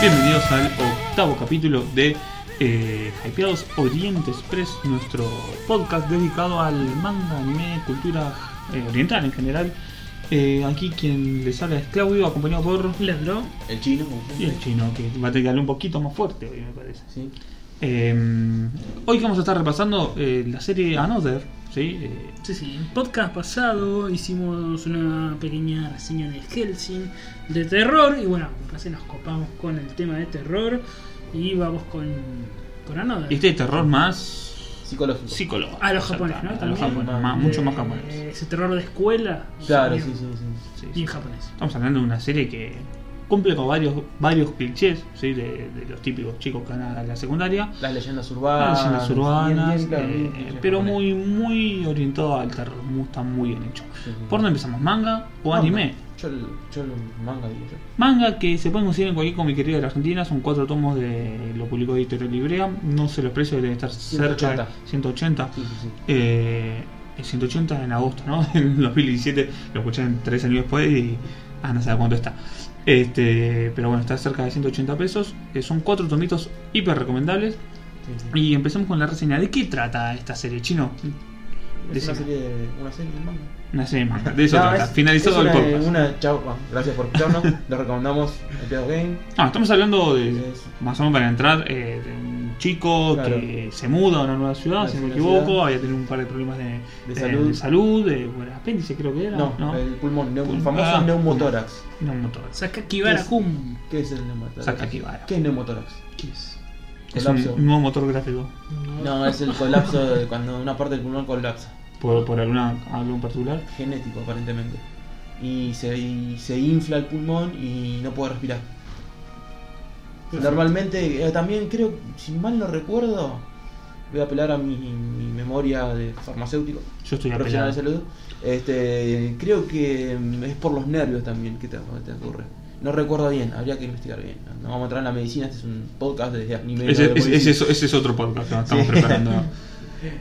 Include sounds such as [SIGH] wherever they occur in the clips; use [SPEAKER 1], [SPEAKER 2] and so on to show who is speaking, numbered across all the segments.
[SPEAKER 1] al octavo capítulo de eh, Hypeados Oriente Express, nuestro podcast dedicado al manga, anime, cultura eh, oriental en general. Eh, aquí quien les habla es Claudio, acompañado por Leandro
[SPEAKER 2] El chino,
[SPEAKER 1] y el chino, que va a tener que hablar un poquito más fuerte hoy, me parece.
[SPEAKER 2] Sí.
[SPEAKER 1] Eh, hoy que vamos a estar repasando eh, la serie Another, ¿sí? Eh,
[SPEAKER 3] Sí, sí. En podcast pasado hicimos una pequeña reseña de Helsing de terror. Y bueno, me parece que nos copamos con el tema de terror. Y vamos con, con Another.
[SPEAKER 1] este terror más
[SPEAKER 2] Psicológico.
[SPEAKER 1] psicológico.
[SPEAKER 3] A los japoneses, ¿no?
[SPEAKER 1] A los
[SPEAKER 3] También.
[SPEAKER 1] japoneses, más-
[SPEAKER 2] Eh,
[SPEAKER 1] mucho más
[SPEAKER 3] Eh,
[SPEAKER 1] japonés.
[SPEAKER 3] Ese terror de escuela.
[SPEAKER 2] Claro, sí,
[SPEAKER 3] bien-
[SPEAKER 2] sí, sí.
[SPEAKER 1] Sí, sí.
[SPEAKER 3] Bien japonés.
[SPEAKER 1] Estamos hablando de una serie que cumple con varios varios clichés ¿sí? de, de los típicos chicos que van a la secundaria,
[SPEAKER 2] Las leyendas
[SPEAKER 1] las
[SPEAKER 2] urbanas.
[SPEAKER 1] escenas
[SPEAKER 2] bien,
[SPEAKER 1] urbanas,
[SPEAKER 2] bien, claro,
[SPEAKER 1] eh,
[SPEAKER 2] bien, bien,
[SPEAKER 1] pero
[SPEAKER 2] japonés.
[SPEAKER 1] muy muy orientado al terror, mu- está muy bien hecho.
[SPEAKER 2] Sí, sí.
[SPEAKER 1] ¿Por dónde empezamos? ¿Manga o
[SPEAKER 2] Manga.
[SPEAKER 1] anime?
[SPEAKER 2] Yo, el- yo el manga, digo yo.
[SPEAKER 1] Manga que se pueden conseguir en cualquier comiquería de la Argentina, son cuatro tomos de lo publicó Editorial Librea, no sé los precios, deben estar cerca
[SPEAKER 2] 180.
[SPEAKER 1] de 180.
[SPEAKER 2] Sí, sí, sí.
[SPEAKER 1] Eh, el 180 en agosto, ¿no? [LAUGHS] En 2017, lo escuché en tres años después y ah, no sabe cuánto está. Este, pero bueno, está cerca de 180 pesos. Eh, son cuatro tomitos hiper recomendables.
[SPEAKER 2] sí, sí.
[SPEAKER 1] Y empezamos con la reseña. ¿De qué trata esta serie, chino?
[SPEAKER 2] Es
[SPEAKER 1] decime.
[SPEAKER 2] una serie de. Una serie de manga.
[SPEAKER 1] Una serie de manga. De eso
[SPEAKER 2] No,
[SPEAKER 1] trata.
[SPEAKER 2] es-
[SPEAKER 1] Finalizado
[SPEAKER 2] es
[SPEAKER 1] el
[SPEAKER 2] una-
[SPEAKER 1] podcast.
[SPEAKER 2] Una, chau, bueno, gracias
[SPEAKER 1] [LAUGHS]
[SPEAKER 2] por escucharnos. Les recomendamos el Piado Game.
[SPEAKER 1] Ah, estamos hablando de,
[SPEAKER 2] Es-
[SPEAKER 1] más o menos para entrar, eh, de un chico
[SPEAKER 2] Claro.
[SPEAKER 1] que se muda a una nueva ciudad,
[SPEAKER 2] Una
[SPEAKER 1] si no me
[SPEAKER 2] nueva
[SPEAKER 1] equivoco.
[SPEAKER 2] ciudad.
[SPEAKER 1] Había tenido un par de problemas de,
[SPEAKER 2] De
[SPEAKER 1] de-
[SPEAKER 2] salud.
[SPEAKER 1] de salud, de bueno, apéndice creo que era.
[SPEAKER 2] No, el pulmón, neu-
[SPEAKER 1] Pul-
[SPEAKER 2] famoso
[SPEAKER 1] ah,
[SPEAKER 2] neumotórax.
[SPEAKER 1] No, un motor.
[SPEAKER 3] Sakakibara
[SPEAKER 2] Es-
[SPEAKER 3] Kun.
[SPEAKER 2] ¿Qué es el neumotórax?
[SPEAKER 1] Sakakibara.
[SPEAKER 2] ¿Qué es neumotórax?
[SPEAKER 3] ¿Qué es?
[SPEAKER 1] Es
[SPEAKER 2] Colapso.
[SPEAKER 1] un nuevo motor gráfico.
[SPEAKER 2] No, es el colapso de cuando una parte del pulmón colapsa.
[SPEAKER 1] ¿Por, por alguna, algo en particular?
[SPEAKER 2] Genético, aparentemente. Y se, y se infla el pulmón y no puede respirar. Normalmente, eh, también creo, si mal no recuerdo, voy a apelar a mi, mi memoria de farmacéutico,
[SPEAKER 1] Yo estoy
[SPEAKER 2] profesional de
[SPEAKER 1] apelando.
[SPEAKER 2] salud. Este, creo que mm, es por los nervios también que te, te ocurre. No recuerdo bien, habría que investigar bien. No vamos a entrar en la medicina, este es un podcast desde anime.
[SPEAKER 1] Ese,
[SPEAKER 2] no de
[SPEAKER 1] ese-
[SPEAKER 2] medicina.
[SPEAKER 1] ese es, ese es otro podcast que estamos
[SPEAKER 2] Sí. [LAUGHS]
[SPEAKER 1] preparando.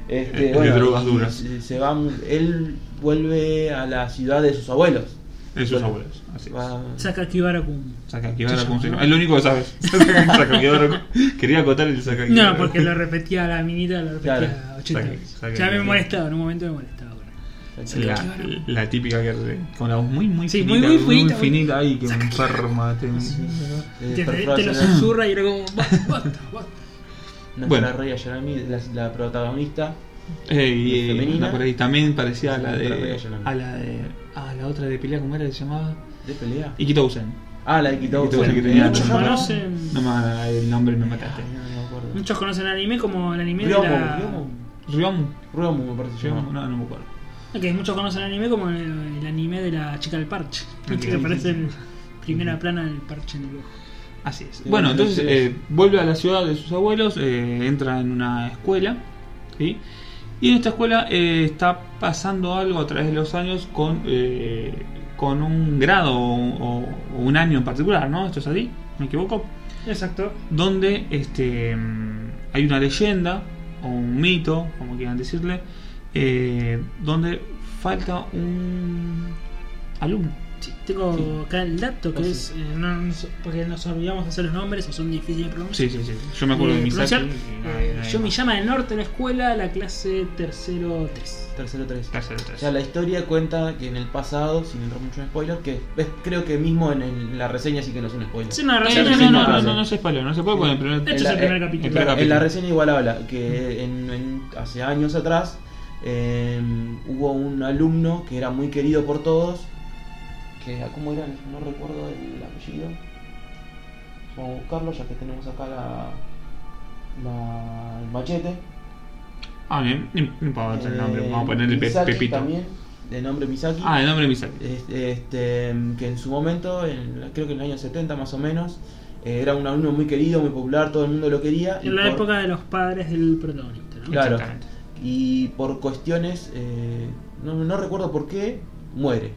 [SPEAKER 2] Este,
[SPEAKER 1] El de
[SPEAKER 2] bueno,
[SPEAKER 1] drogas
[SPEAKER 2] y
[SPEAKER 1] duras.
[SPEAKER 2] Se, se va, él vuelve a la ciudad de sus abuelos.
[SPEAKER 1] De sus
[SPEAKER 2] Bueno,
[SPEAKER 1] abuelos. Así es.
[SPEAKER 2] Va-
[SPEAKER 3] Sakakibara Kun.
[SPEAKER 1] Sakakibara, ¿cómo se llama? Es lo único que sabes. [LAUGHS] Sakakibara, ¿cómo? Quería acotar el Sakakibara.
[SPEAKER 3] No, porque lo repetía la minita, lo repetía
[SPEAKER 2] Claro.
[SPEAKER 3] 80
[SPEAKER 1] Saque-
[SPEAKER 3] veces.
[SPEAKER 1] saque-
[SPEAKER 3] ya me molestaba, en un momento me molestaba. con él.
[SPEAKER 1] [LAUGHS] La, la típica que hace, con la voz muy, muy
[SPEAKER 3] Sí,
[SPEAKER 1] finita.
[SPEAKER 3] muy, muy finita, muy-
[SPEAKER 1] finita. Ay, que enferma. te-
[SPEAKER 2] Eh,
[SPEAKER 3] Te,
[SPEAKER 2] perfora
[SPEAKER 3] te lo
[SPEAKER 2] la-
[SPEAKER 3] susurra y era como. "Basta, basta, basta".
[SPEAKER 2] Nuestra
[SPEAKER 1] Bueno.
[SPEAKER 2] Rhea Jeremy, la, la protagonista.
[SPEAKER 1] Eh, y, eh,
[SPEAKER 2] Femenina.
[SPEAKER 1] una por ahí también parecía a la
[SPEAKER 2] Otra que
[SPEAKER 1] de.
[SPEAKER 2] yo no me-
[SPEAKER 1] A la de. A la otra de pelea, ¿cómo era que se llamaba?
[SPEAKER 2] ¿De pelea?
[SPEAKER 1] Ikito Usen.
[SPEAKER 2] Ah, la de Kitao.
[SPEAKER 1] Kitao,
[SPEAKER 2] Zen.
[SPEAKER 1] que tenía
[SPEAKER 3] Muchos
[SPEAKER 1] ocho
[SPEAKER 2] ¿Cómo se llama?
[SPEAKER 3] conocen,
[SPEAKER 1] No me el nombre, me
[SPEAKER 2] Ay,
[SPEAKER 1] mataste.
[SPEAKER 2] no, no me acuerdo.
[SPEAKER 3] muchos conocen el anime como el anime de la.
[SPEAKER 2] Ryomu, Ryomu.
[SPEAKER 1] Ryomu.
[SPEAKER 2] Ryomu, me parece. que se
[SPEAKER 1] Ryomu,
[SPEAKER 2] llama.
[SPEAKER 1] no, no me acuerdo.
[SPEAKER 3] Ok, muchos conocen el anime como el, el anime de la chica del parche.
[SPEAKER 1] Ok.
[SPEAKER 3] Que aparece en primera plana del parche en el ojo.
[SPEAKER 1] Así es.
[SPEAKER 2] Sí,
[SPEAKER 1] bueno,
[SPEAKER 2] bueno,
[SPEAKER 1] entonces
[SPEAKER 2] entonces-
[SPEAKER 1] eh, vuelve a la ciudad de sus abuelos, eh, entra en una escuela, ¿sí? Y en esta escuela eh, está pasando algo a través de los años con, eh, con un grado o, o- o un año en particular, ¿no? ¿Esto es así? ¿Me equivoco?
[SPEAKER 3] Exacto.
[SPEAKER 1] Donde este, mm, hay una leyenda o un mito, como quieran decirle, eh, donde falta un alumno.
[SPEAKER 3] Sí, tengo
[SPEAKER 2] Sí.
[SPEAKER 3] acá el dato que
[SPEAKER 2] Ah, sí.
[SPEAKER 3] es. eh, no- no sé, porque nos olvidamos de hacer los nombres o son difíciles de pronunciar.
[SPEAKER 1] Sí, sí, sí. Yo me acuerdo
[SPEAKER 3] Eh,
[SPEAKER 1] de Misaki.
[SPEAKER 3] pronunciar.
[SPEAKER 1] y nada,
[SPEAKER 3] Eh,
[SPEAKER 1] nada
[SPEAKER 3] yo me
[SPEAKER 1] más.
[SPEAKER 3] llama del norte en la escuela, la clase tercero 3.
[SPEAKER 2] Tercero tres.
[SPEAKER 1] Tercero,
[SPEAKER 2] O
[SPEAKER 1] tercero.
[SPEAKER 2] sea, la historia cuenta que en el pasado, sin entrar mucho en spoilers, que ves, creo que mismo en, el- la reseña sí que no es un spoiler.
[SPEAKER 3] Es una
[SPEAKER 1] Eh,
[SPEAKER 3] reseña
[SPEAKER 1] no,
[SPEAKER 2] sí,
[SPEAKER 1] no, no,
[SPEAKER 2] sí,
[SPEAKER 1] no,
[SPEAKER 2] sí.
[SPEAKER 1] no, no se spoiló, no se puede poner el primer.
[SPEAKER 3] Este es
[SPEAKER 2] la-
[SPEAKER 3] el primer
[SPEAKER 2] eh,
[SPEAKER 3] capítulo.
[SPEAKER 1] el primer
[SPEAKER 2] En
[SPEAKER 1] capítulo.
[SPEAKER 2] la reseña igual habla que en, en- hace años atrás eh, hubo un alumno que era muy querido por todos. Que, ah, ¿Cómo era? No recuerdo el apellido. Vamos a buscarlo ya que tenemos acá la, la- el machete.
[SPEAKER 1] Ah, bien, no no importa el nombre,
[SPEAKER 2] Eh,
[SPEAKER 1] vamos a ponerle Pe-
[SPEAKER 2] Misaki
[SPEAKER 1] Pepito.
[SPEAKER 2] También, Eh, de nombre Misaki.
[SPEAKER 1] Ah, el nombre de Misaki.
[SPEAKER 2] Es- este, que en su momento, en- creo que en el año 70 más o menos, eh, era un alumno muy querido, muy popular, todo el mundo lo quería. y
[SPEAKER 3] En la
[SPEAKER 2] por-
[SPEAKER 3] época de los padres del protagonista, ¿no?
[SPEAKER 2] Claro.
[SPEAKER 1] Exactamente.
[SPEAKER 2] y por cuestiones, eh, no, no recuerdo por qué, muere.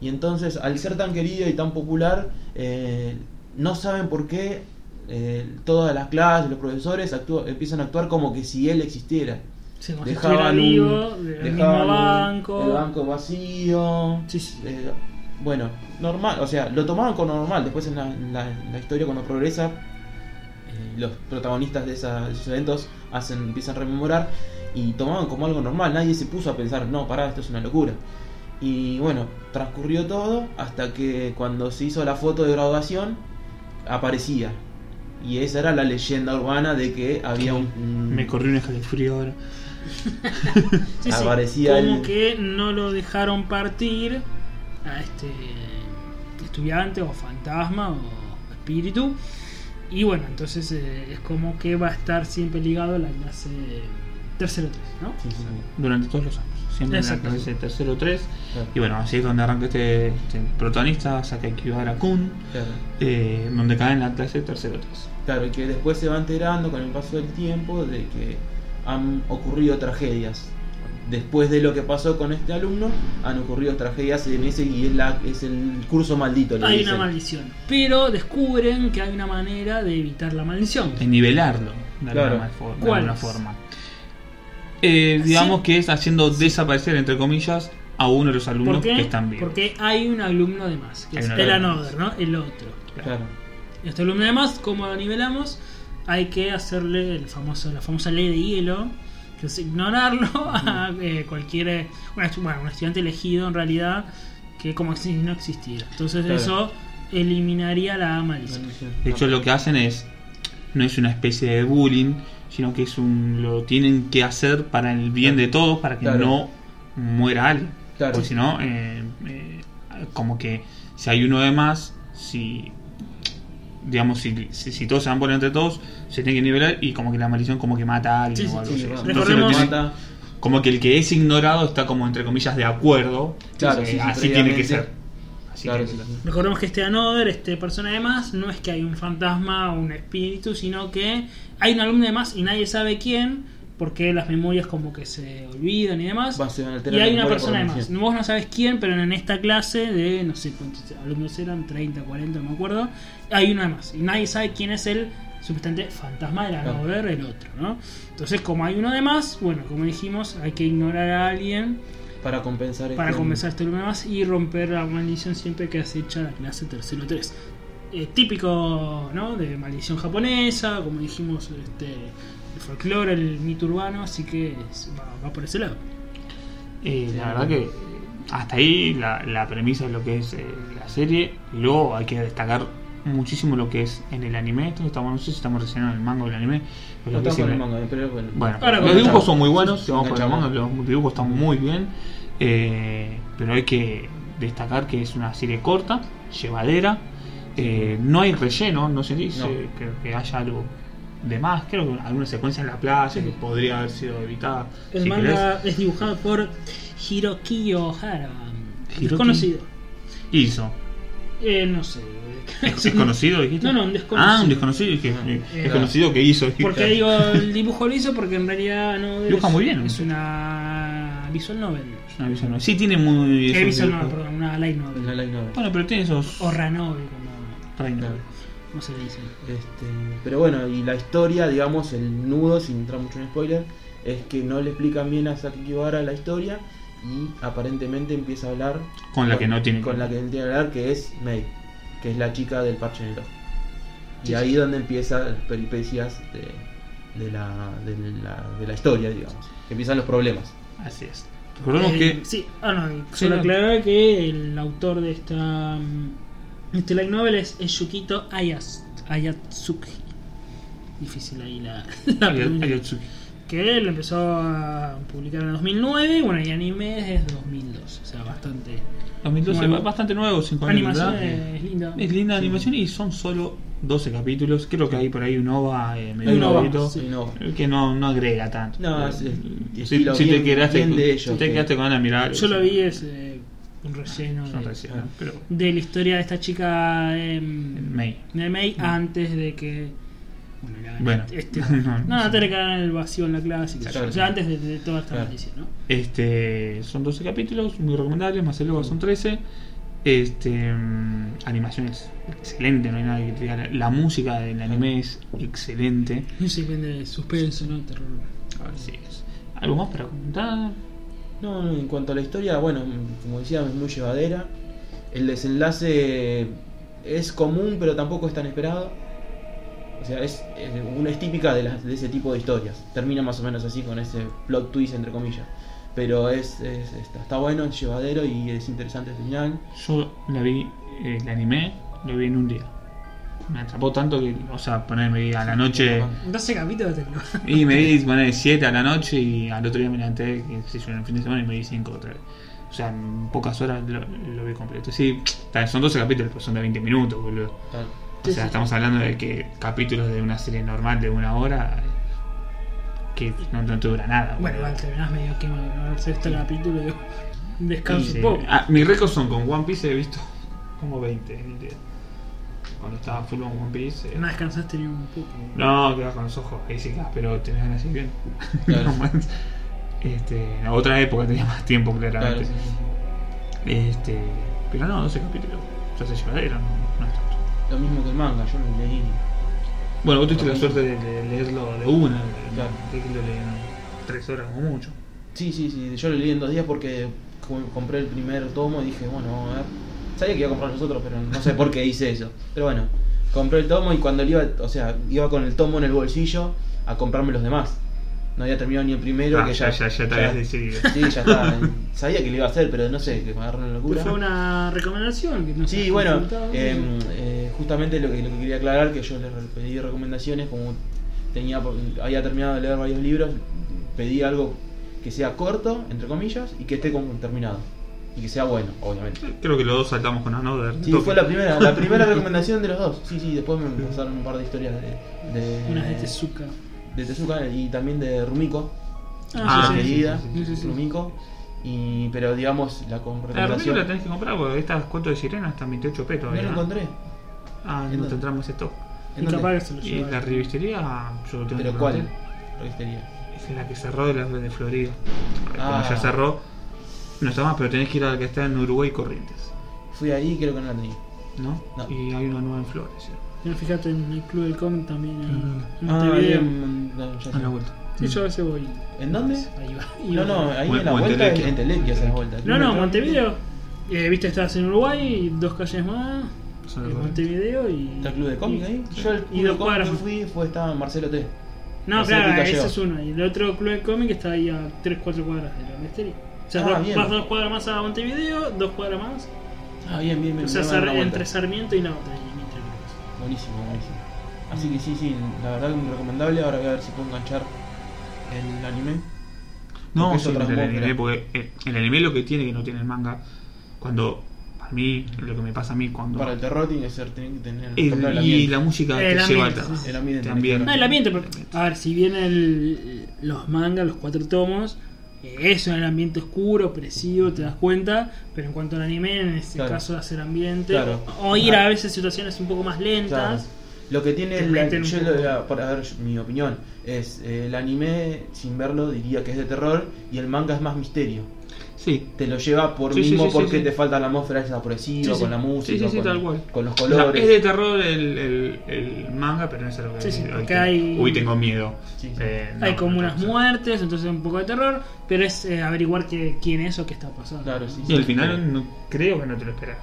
[SPEAKER 2] Y entonces, al ser tan querido y tan popular, eh, no saben por qué eh, todas las clases, los profesores actúa- empiezan a actuar como que si él existiera.
[SPEAKER 3] Sí, como si estuviera
[SPEAKER 2] Dejaban,
[SPEAKER 3] vivo,
[SPEAKER 2] un-
[SPEAKER 3] del
[SPEAKER 2] dejaban
[SPEAKER 3] mismo
[SPEAKER 2] un-
[SPEAKER 3] banco.
[SPEAKER 2] el banco vacío.
[SPEAKER 3] Sí, sí.
[SPEAKER 2] eh, Bueno, normal, o sea, lo tomaban como normal. Después en la, en la- en la historia, cuando progresa, eh, los protagonistas de, esa- de esos eventos hacen, empiezan a rememorar y tomaban como algo normal. Nadie se puso a pensar, no, pará, esto es una locura. Y bueno, transcurrió todo hasta que cuando se hizo la foto de graduación, aparecía. Y esa era la leyenda urbana de que había un. un-
[SPEAKER 1] Me corrió un escalofrío ahora.
[SPEAKER 3] Sí, sí,
[SPEAKER 2] Aparecía
[SPEAKER 3] como
[SPEAKER 2] el-
[SPEAKER 3] que no lo dejaron partir a este estudiante o fantasma o espíritu. Y bueno, entonces eh, es como que va a estar siempre ligado a la clase tercero 3, ¿no?
[SPEAKER 2] Sí, sí, sí,
[SPEAKER 1] Durante todos los años. Siempre en la
[SPEAKER 3] Exacto.
[SPEAKER 1] clase tercero 3.
[SPEAKER 2] claro,
[SPEAKER 1] Y bueno, así es donde arranca este, este protagonista, Sakai Kun,
[SPEAKER 2] claro.
[SPEAKER 1] eh, donde cae en la clase tercero 3.
[SPEAKER 2] Claro, y que después se va enterando con el paso del tiempo de que han ocurrido tragedias. Después de lo que pasó con este alumno, han ocurrido tragedias en ese y es, la, es el curso maldito. le
[SPEAKER 3] Hay
[SPEAKER 2] dicen.
[SPEAKER 3] una maldición. Pero descubren que hay una manera de evitar la maldición.
[SPEAKER 1] De nivelarlo, de
[SPEAKER 2] Claro.
[SPEAKER 1] alguna, for- de
[SPEAKER 3] ¿Cuál
[SPEAKER 1] alguna
[SPEAKER 3] es?
[SPEAKER 1] forma. Eh,
[SPEAKER 3] Así-
[SPEAKER 1] digamos que es haciendo desaparecer, entre comillas, a uno de los alumnos
[SPEAKER 3] ¿Por
[SPEAKER 1] que
[SPEAKER 3] qué?
[SPEAKER 1] están vivos.
[SPEAKER 3] Porque hay un alumno de más, que
[SPEAKER 1] Hay
[SPEAKER 3] es
[SPEAKER 1] un
[SPEAKER 3] el
[SPEAKER 1] alumno de
[SPEAKER 3] another, ¿no? El otro.
[SPEAKER 2] Claro,
[SPEAKER 3] Este alumno además, como lo nivelamos, hay que hacerle el famoso, la famosa ley de hielo, que es ignorarlo [LAUGHS] a
[SPEAKER 2] Mm.
[SPEAKER 3] eh, cualquier eh, un estu- bueno, un estudiante elegido en realidad, que como si no existiera. Entonces
[SPEAKER 2] Claro.
[SPEAKER 3] eso eliminaría la maldición.
[SPEAKER 1] De hecho, lo que hacen es. No es una especie de bullying, sino que es un, lo tienen que hacer para el bien
[SPEAKER 2] Claro.
[SPEAKER 1] de todos, para que
[SPEAKER 2] Claro.
[SPEAKER 1] no muera alguien.
[SPEAKER 2] Claro.
[SPEAKER 1] Porque si no, eh, eh, como que si hay uno de más, si. Digamos, si, si, si todos se van por entre todos, se tienen que nivelar y como que la maldición como que mata a alguien
[SPEAKER 3] Sí,
[SPEAKER 1] o algo
[SPEAKER 3] sí,
[SPEAKER 2] Sí,
[SPEAKER 1] así.
[SPEAKER 2] bueno,
[SPEAKER 1] Entonces lo
[SPEAKER 3] Recordemos-
[SPEAKER 1] tienen-
[SPEAKER 2] mata,
[SPEAKER 1] como que el que es ignorado está como entre comillas de acuerdo.
[SPEAKER 2] Claro,
[SPEAKER 1] Eh,
[SPEAKER 2] sí, sí,
[SPEAKER 1] así tiene que
[SPEAKER 2] previamente.
[SPEAKER 1] ser. Así
[SPEAKER 2] claro,
[SPEAKER 1] tiene que
[SPEAKER 2] sí,
[SPEAKER 1] ser.
[SPEAKER 2] sí.
[SPEAKER 3] Recordemos que este another, este persona de más, no es que hay un fantasma o un espíritu, sino que hay un alumno de más y nadie sabe quién, porque las memorias como que se olvidan y demás.
[SPEAKER 2] Va, se van a alterar
[SPEAKER 3] Y hay
[SPEAKER 2] la
[SPEAKER 3] una
[SPEAKER 2] memoria
[SPEAKER 3] persona de
[SPEAKER 2] por
[SPEAKER 3] más.
[SPEAKER 2] omisión.
[SPEAKER 3] Vos no sabes quién, pero en esta clase de, no sé cuántos alumnos eran, 30, 40, no me acuerdo, hay uno de más. Y nadie sabe quién es el supuestamente fantasma de la
[SPEAKER 2] Claro.
[SPEAKER 3] no ver el otro, ¿no? Entonces, como hay uno de más, bueno, como dijimos, hay que ignorar a alguien
[SPEAKER 2] Para compensar
[SPEAKER 3] para
[SPEAKER 2] este-
[SPEAKER 3] comenzar este alumno de más y romper la maldición siempre que acecha la clase tercero 3. típico, ¿no? De maldición japonesa, como dijimos, este, el folclore, el mito urbano, así que es- va- va por ese lado.
[SPEAKER 1] Eh,
[SPEAKER 2] Sí,
[SPEAKER 1] la verdad
[SPEAKER 2] bueno.
[SPEAKER 1] que eh, hasta ahí la, la premisa de lo que es eh, la serie. Luego hay que destacar muchísimo lo que es en el anime. Esto estamos, no sé si estamos recién en el manga o el anime. pero
[SPEAKER 2] No
[SPEAKER 1] lo que es
[SPEAKER 3] este
[SPEAKER 2] estamos
[SPEAKER 1] en
[SPEAKER 2] con el
[SPEAKER 1] el-
[SPEAKER 2] manga, pero bueno.
[SPEAKER 1] Bueno,
[SPEAKER 3] Ahora
[SPEAKER 1] los
[SPEAKER 3] con-
[SPEAKER 1] dibujos son muy buenos, si vamos por el
[SPEAKER 2] Enganchamos.
[SPEAKER 1] manga, los dibujos están muy bien. eh, pero hay que destacar que es una serie corta, llevadera. eh, no hay relleno, no se dice
[SPEAKER 2] No.
[SPEAKER 1] que, que haya algo de más. Creo que alguna secuencia en la playa
[SPEAKER 2] Sí.
[SPEAKER 1] que podría haber sido evitada.
[SPEAKER 3] El
[SPEAKER 1] si querés.
[SPEAKER 3] manga es dibujado por Hiroki Ohara,
[SPEAKER 1] Hiroki.
[SPEAKER 3] desconocido.
[SPEAKER 1] Hizo.
[SPEAKER 3] Eh, no sé.
[SPEAKER 1] ¿Es
[SPEAKER 3] [LAUGHS]
[SPEAKER 1] desconocido, dijiste?
[SPEAKER 3] No, no, un desconocido.
[SPEAKER 1] Ah, un desconocido. dije, eh,
[SPEAKER 3] Eh,
[SPEAKER 1] desconocido que hizo.
[SPEAKER 3] ¿Por qué digo el dibujo lo hizo? Porque en realidad no
[SPEAKER 1] Dibuja
[SPEAKER 3] es-
[SPEAKER 1] muy bien.
[SPEAKER 3] Es una visual novel.
[SPEAKER 1] Una visual novel. Sí, tiene muy.
[SPEAKER 3] Eh,
[SPEAKER 1] esos
[SPEAKER 3] visual
[SPEAKER 1] dibujos.
[SPEAKER 3] novel, perdón, una light novel.
[SPEAKER 2] La light novel.
[SPEAKER 1] Bueno, pero tiene esos.
[SPEAKER 3] O ranovel, como,
[SPEAKER 1] Reino.
[SPEAKER 2] Claro.
[SPEAKER 3] como se le dice.
[SPEAKER 2] Este, pero bueno, y la historia, digamos, el nudo, sin entrar mucho en spoiler, es que no le explican bien a Saki Kibara la historia y aparentemente empieza a hablar
[SPEAKER 1] Con la que no tiene.
[SPEAKER 2] con la que él tiene que hablar, que es May, que es la chica del parche en el ojo. Y ahí es donde empiezan las peripecias de, de la, de, la, de la historia, digamos. Que empiezan los problemas.
[SPEAKER 1] Así es. Recordemos
[SPEAKER 3] Eh,
[SPEAKER 1] que.
[SPEAKER 3] Sí, ah, no,
[SPEAKER 1] Sí,
[SPEAKER 3] solo
[SPEAKER 1] no.
[SPEAKER 3] aclarar que el autor de esta. mm, Este light novel es, es Yukito Ayas, Ayatsuki. Difícil ahí la, [LAUGHS] la
[SPEAKER 1] Ay-
[SPEAKER 3] pronunciación.
[SPEAKER 1] Ayatsuki.
[SPEAKER 3] que él empezó a publicar en 2009 y bueno, y anime es 2002, o sea, bastante.
[SPEAKER 1] 2012,
[SPEAKER 3] Nuevo.
[SPEAKER 1] bastante nuevo, 5 años.
[SPEAKER 3] Animación
[SPEAKER 1] ¿verdad?
[SPEAKER 3] es linda.
[SPEAKER 1] Es linda la animación y son solo 12 capítulos. Creo que hay por ahí un OVA eh, medio
[SPEAKER 2] Ahí no
[SPEAKER 3] Innova,
[SPEAKER 1] nuevito,
[SPEAKER 2] vamos, ahí no vamos.
[SPEAKER 1] eh, Que no, no agrega tanto.
[SPEAKER 2] No, es- es-
[SPEAKER 1] Si-
[SPEAKER 2] estilo
[SPEAKER 1] si,
[SPEAKER 2] bien-
[SPEAKER 1] te quedaste,
[SPEAKER 2] bien de ellos,
[SPEAKER 1] si te
[SPEAKER 2] que-
[SPEAKER 1] quedaste con ganas de mirar.
[SPEAKER 3] Yo lo vi, es eh, un relleno
[SPEAKER 1] Son
[SPEAKER 3] de,
[SPEAKER 1] recién, ¿no? pero bueno.
[SPEAKER 3] de la historia de esta chica em,
[SPEAKER 1] May.
[SPEAKER 3] de May antes de que. Bueno, le hagan
[SPEAKER 1] Bueno.
[SPEAKER 3] este-
[SPEAKER 1] No,
[SPEAKER 3] no,
[SPEAKER 1] no
[SPEAKER 3] antes de que hagan el vacío en la clase, qué sé yo.
[SPEAKER 2] Claro.
[SPEAKER 3] o sea, antes de, de toda esta
[SPEAKER 2] Claro.
[SPEAKER 3] noticia, ¿no?
[SPEAKER 1] Este, son 12 capítulos, muy recomendables, más el OVA son 13. Este, mm, animación es excelente, no hay nada que te diga. La, la música del anime es excelente.
[SPEAKER 3] No sé, depende de suspenso, ¿no? Terror.
[SPEAKER 1] Así es. ¿Algo más para comentar?
[SPEAKER 2] No, en cuanto a la historia, bueno, mm, como decía, es muy llevadera. El desenlace es común, pero tampoco es tan esperado. O sea, es, es, una- es típica de, las- de ese tipo de historias. Termina más o menos así con ese plot twist, entre comillas. Pero es, es- está, está bueno, es llevadero y es interesante el final.
[SPEAKER 1] Yo la vi, eh, la animé, la vi en un día. Me atrapó tanto que, o sea, ponerme a la noche.
[SPEAKER 3] 12 capítulos de tecnología.
[SPEAKER 1] Y me di, poner 7 a la noche y al otro día me levanté, qué sé yo, en el fin de semana y me di 5 otra vez. O sea, en pocas horas lo, lo vi completo. Sí, tal vez son 12 capítulos, pero son de 20 minutos, boludo. O
[SPEAKER 3] Sí,
[SPEAKER 1] sea,
[SPEAKER 3] sí,
[SPEAKER 1] estamos hablando de que capítulos de una serie normal de una hora eh, que no, no te dura nada.
[SPEAKER 3] [LAUGHS] Bueno,
[SPEAKER 1] boludo.
[SPEAKER 3] igual terminás medio quemado. ¿no? El sexto capítulo, yo descanso
[SPEAKER 1] Sí,
[SPEAKER 3] un
[SPEAKER 1] sí.
[SPEAKER 3] poco.
[SPEAKER 1] Ah, mis récords son con One Piece, he visto como 20 en un día. Cuando estaba full con One Piece. eh,
[SPEAKER 3] No descansaste ni un poco.
[SPEAKER 1] No, quedás con los ojos ahí sí quedás, pero tenés ganas de ir bien.
[SPEAKER 2] Claro.
[SPEAKER 1] [LAUGHS] No más. este, no, otra época tenía más tiempo,
[SPEAKER 2] Claro,
[SPEAKER 1] claramente.
[SPEAKER 2] sí, sí.
[SPEAKER 1] Este, pero no, 12 capítulos. Ya se llevadero, no, no es tanto.
[SPEAKER 2] Lo mismo que el manga, yo lo leí.
[SPEAKER 1] Bueno, vos tuviste la
[SPEAKER 2] Lo
[SPEAKER 1] suerte de, de leerlo de una, de-
[SPEAKER 2] Claro.
[SPEAKER 1] de que lo leían tres horas como mucho.
[SPEAKER 2] Sí, sí, sí, yo lo leí en dos días porque com- compré el primer tomo y dije, bueno, vamos a ver. Sabía que iba a comprar los otros, pero no sé por qué hice eso. Pero bueno, compré el tomo y cuando lo iba, o sea, iba con el tomo en el bolsillo a comprarme los demás. No había terminado ni el primero,
[SPEAKER 1] Ah,
[SPEAKER 2] que
[SPEAKER 1] ya, ya,
[SPEAKER 2] ya.
[SPEAKER 1] ya te habías decidido.
[SPEAKER 2] Sí, ya está. Sabía que lo iba a hacer, pero no sé, que me agarró una
[SPEAKER 3] Pero
[SPEAKER 2] locura.
[SPEAKER 3] fue una recomendación que nos
[SPEAKER 2] Sí,
[SPEAKER 3] has
[SPEAKER 2] bueno,
[SPEAKER 3] consultado.
[SPEAKER 2] em, eh, justamente lo que, lo que quería aclarar, que yo les re- pedí recomendaciones, como tenía por- había terminado de leer varios libros, pedí algo que sea corto, entre comillas, y que esté como terminado. Y que sea bueno, obviamente.
[SPEAKER 1] Creo que los dos saltamos con Another.
[SPEAKER 2] Sí,
[SPEAKER 1] Toque.
[SPEAKER 2] fue la primera, la primera recomendación de los dos. Sí, sí, después me pasaron un par de historias de, de,
[SPEAKER 3] Unas de este Tezuka.
[SPEAKER 2] de Tezuka y también de Rumiko,
[SPEAKER 1] Ah,
[SPEAKER 2] mi
[SPEAKER 1] sí, sí,
[SPEAKER 2] querida,
[SPEAKER 1] sí,
[SPEAKER 3] sí, sí, Ah, sí.
[SPEAKER 2] Rumiko. Y, pero digamos, la con-
[SPEAKER 1] La review la
[SPEAKER 2] recomendación...
[SPEAKER 1] tenés que comprar porque estas cuentos de sirena están 28 pesos.
[SPEAKER 2] No la encontré.
[SPEAKER 1] Ah,
[SPEAKER 2] ¿En
[SPEAKER 1] no
[SPEAKER 2] dónde?
[SPEAKER 1] tendremos ese stock.
[SPEAKER 2] ¿En
[SPEAKER 3] Y
[SPEAKER 2] dónde?
[SPEAKER 3] capaz que se lo
[SPEAKER 1] Y
[SPEAKER 3] lleva.
[SPEAKER 1] la revistería, yo lo tengo
[SPEAKER 2] ¿Pero
[SPEAKER 1] que
[SPEAKER 2] cuál?
[SPEAKER 1] preguntar.
[SPEAKER 2] Revistería.
[SPEAKER 1] Es la que cerró de la de Florida.
[SPEAKER 2] Ah.
[SPEAKER 1] Como ya cerró, no está más, pero tenés que ir a la que está en Uruguay Corrientes.
[SPEAKER 2] Fui ahí y creo que no la tenía.
[SPEAKER 1] ¿No?
[SPEAKER 2] No.
[SPEAKER 1] Y hay una nueva en Flores. ¿sí?
[SPEAKER 3] Mira, Fíjate en el club del cómic también.
[SPEAKER 1] No, no,
[SPEAKER 3] en
[SPEAKER 1] no.
[SPEAKER 3] Montevideo.
[SPEAKER 2] Ah, bien, no, ya
[SPEAKER 1] A
[SPEAKER 3] Ah,
[SPEAKER 2] sé.
[SPEAKER 1] la vuelta.
[SPEAKER 3] Sí, yo a veces voy.
[SPEAKER 2] ¿En dónde?
[SPEAKER 3] Ahí va. [LAUGHS]
[SPEAKER 2] No, no, eh, ahí
[SPEAKER 1] Mon-
[SPEAKER 2] en la vuelta
[SPEAKER 1] Montelecchio.
[SPEAKER 2] en Telequia se la vuelta.
[SPEAKER 3] No, no, Montevideo. Eh, Viste, estás en Uruguay, dos calles más.
[SPEAKER 1] Mm. Son
[SPEAKER 3] en
[SPEAKER 1] de
[SPEAKER 3] Montevideo y.
[SPEAKER 2] ¿Está el club de cómic ahí?
[SPEAKER 3] y-
[SPEAKER 2] Yo el
[SPEAKER 3] y
[SPEAKER 2] club
[SPEAKER 3] dos
[SPEAKER 2] de cómic
[SPEAKER 3] cuadras.
[SPEAKER 2] que fui fue estaba Marcelo T.
[SPEAKER 3] No,
[SPEAKER 2] Así que
[SPEAKER 3] claro,
[SPEAKER 2] cayó.
[SPEAKER 3] ese es uno. Y el otro club de cómic está ahí a 3-4 cuadras de la misteria. O sea,
[SPEAKER 2] Ah,
[SPEAKER 3] dos,
[SPEAKER 2] bien.
[SPEAKER 3] vas dos cuadras más a Montevideo, dos cuadras más.
[SPEAKER 2] Ah, bien, bien, bien.
[SPEAKER 3] o sea,
[SPEAKER 2] me
[SPEAKER 3] Sar-
[SPEAKER 2] daba la vuelta.
[SPEAKER 3] entre Sarmiento y la otra. y Mitre Cruz.
[SPEAKER 2] Buenísimo, buenísimo. Así que sí, sí, la verdad que muy recomendable. Ahora voy a ver si puedo enganchar el anime.
[SPEAKER 1] No,
[SPEAKER 2] Porque es
[SPEAKER 1] sí,
[SPEAKER 2] otra
[SPEAKER 1] el
[SPEAKER 2] atmósfera.
[SPEAKER 1] anime, porque eh, el anime lo que tiene que no tiene el manga, cuando, a mí, lo que me pasa a mí cuando...
[SPEAKER 2] Para el terror tiene que ser, tiene que tener
[SPEAKER 1] Eh,
[SPEAKER 2] por lo menos el
[SPEAKER 1] y
[SPEAKER 2] ambiente.
[SPEAKER 1] la música
[SPEAKER 3] El
[SPEAKER 1] te lleva
[SPEAKER 3] ambiente,
[SPEAKER 1] atrás.
[SPEAKER 2] sí. El ambiente
[SPEAKER 1] También.
[SPEAKER 2] tiene
[SPEAKER 3] No, el ambiente. porque- A ver, si bien el, los mangas, los cuatro tomos, eh, eso en el ambiente oscuro, opresivo, te das cuenta. Pero en cuanto al anime, en este
[SPEAKER 2] Claro.
[SPEAKER 3] caso, hacer ambiente.
[SPEAKER 2] Claro.
[SPEAKER 3] O ir
[SPEAKER 2] Ajá.
[SPEAKER 3] a veces situaciones un poco más lentas.
[SPEAKER 2] Claro. Lo que tiene
[SPEAKER 3] Te
[SPEAKER 2] el
[SPEAKER 3] meten un
[SPEAKER 2] yo
[SPEAKER 3] poco.
[SPEAKER 2] lo- para ver mi opinión es eh, el anime sin verlo diría que es de terror y el manga es más misterio.
[SPEAKER 1] Sí.
[SPEAKER 2] Te lo lleva por
[SPEAKER 1] Sí, sí,
[SPEAKER 2] mismo
[SPEAKER 1] sí, sí,
[SPEAKER 2] porque
[SPEAKER 1] sí.
[SPEAKER 2] te falta la atmósfera esa opresiva
[SPEAKER 1] Sí, sí.
[SPEAKER 2] con la
[SPEAKER 1] Sí,
[SPEAKER 2] música,
[SPEAKER 1] sí, sí,
[SPEAKER 2] con,
[SPEAKER 1] tal cual.
[SPEAKER 2] con los
[SPEAKER 1] O sea,
[SPEAKER 2] colores.
[SPEAKER 1] es de terror el, el, el manga, pero no es algo que
[SPEAKER 3] Sí, sí,
[SPEAKER 1] ay,
[SPEAKER 3] porque
[SPEAKER 1] te-
[SPEAKER 3] hay-
[SPEAKER 1] Uy, tengo miedo.
[SPEAKER 2] Sí, sí.
[SPEAKER 1] Eh, no,
[SPEAKER 3] Hay como
[SPEAKER 1] no
[SPEAKER 3] unas
[SPEAKER 1] pasa.
[SPEAKER 3] muertes, entonces un poco de terror, pero es eh, averiguar que, quién es o qué está pasando.
[SPEAKER 2] Claro, sí,
[SPEAKER 1] Y al final no, creo que no te lo esperas.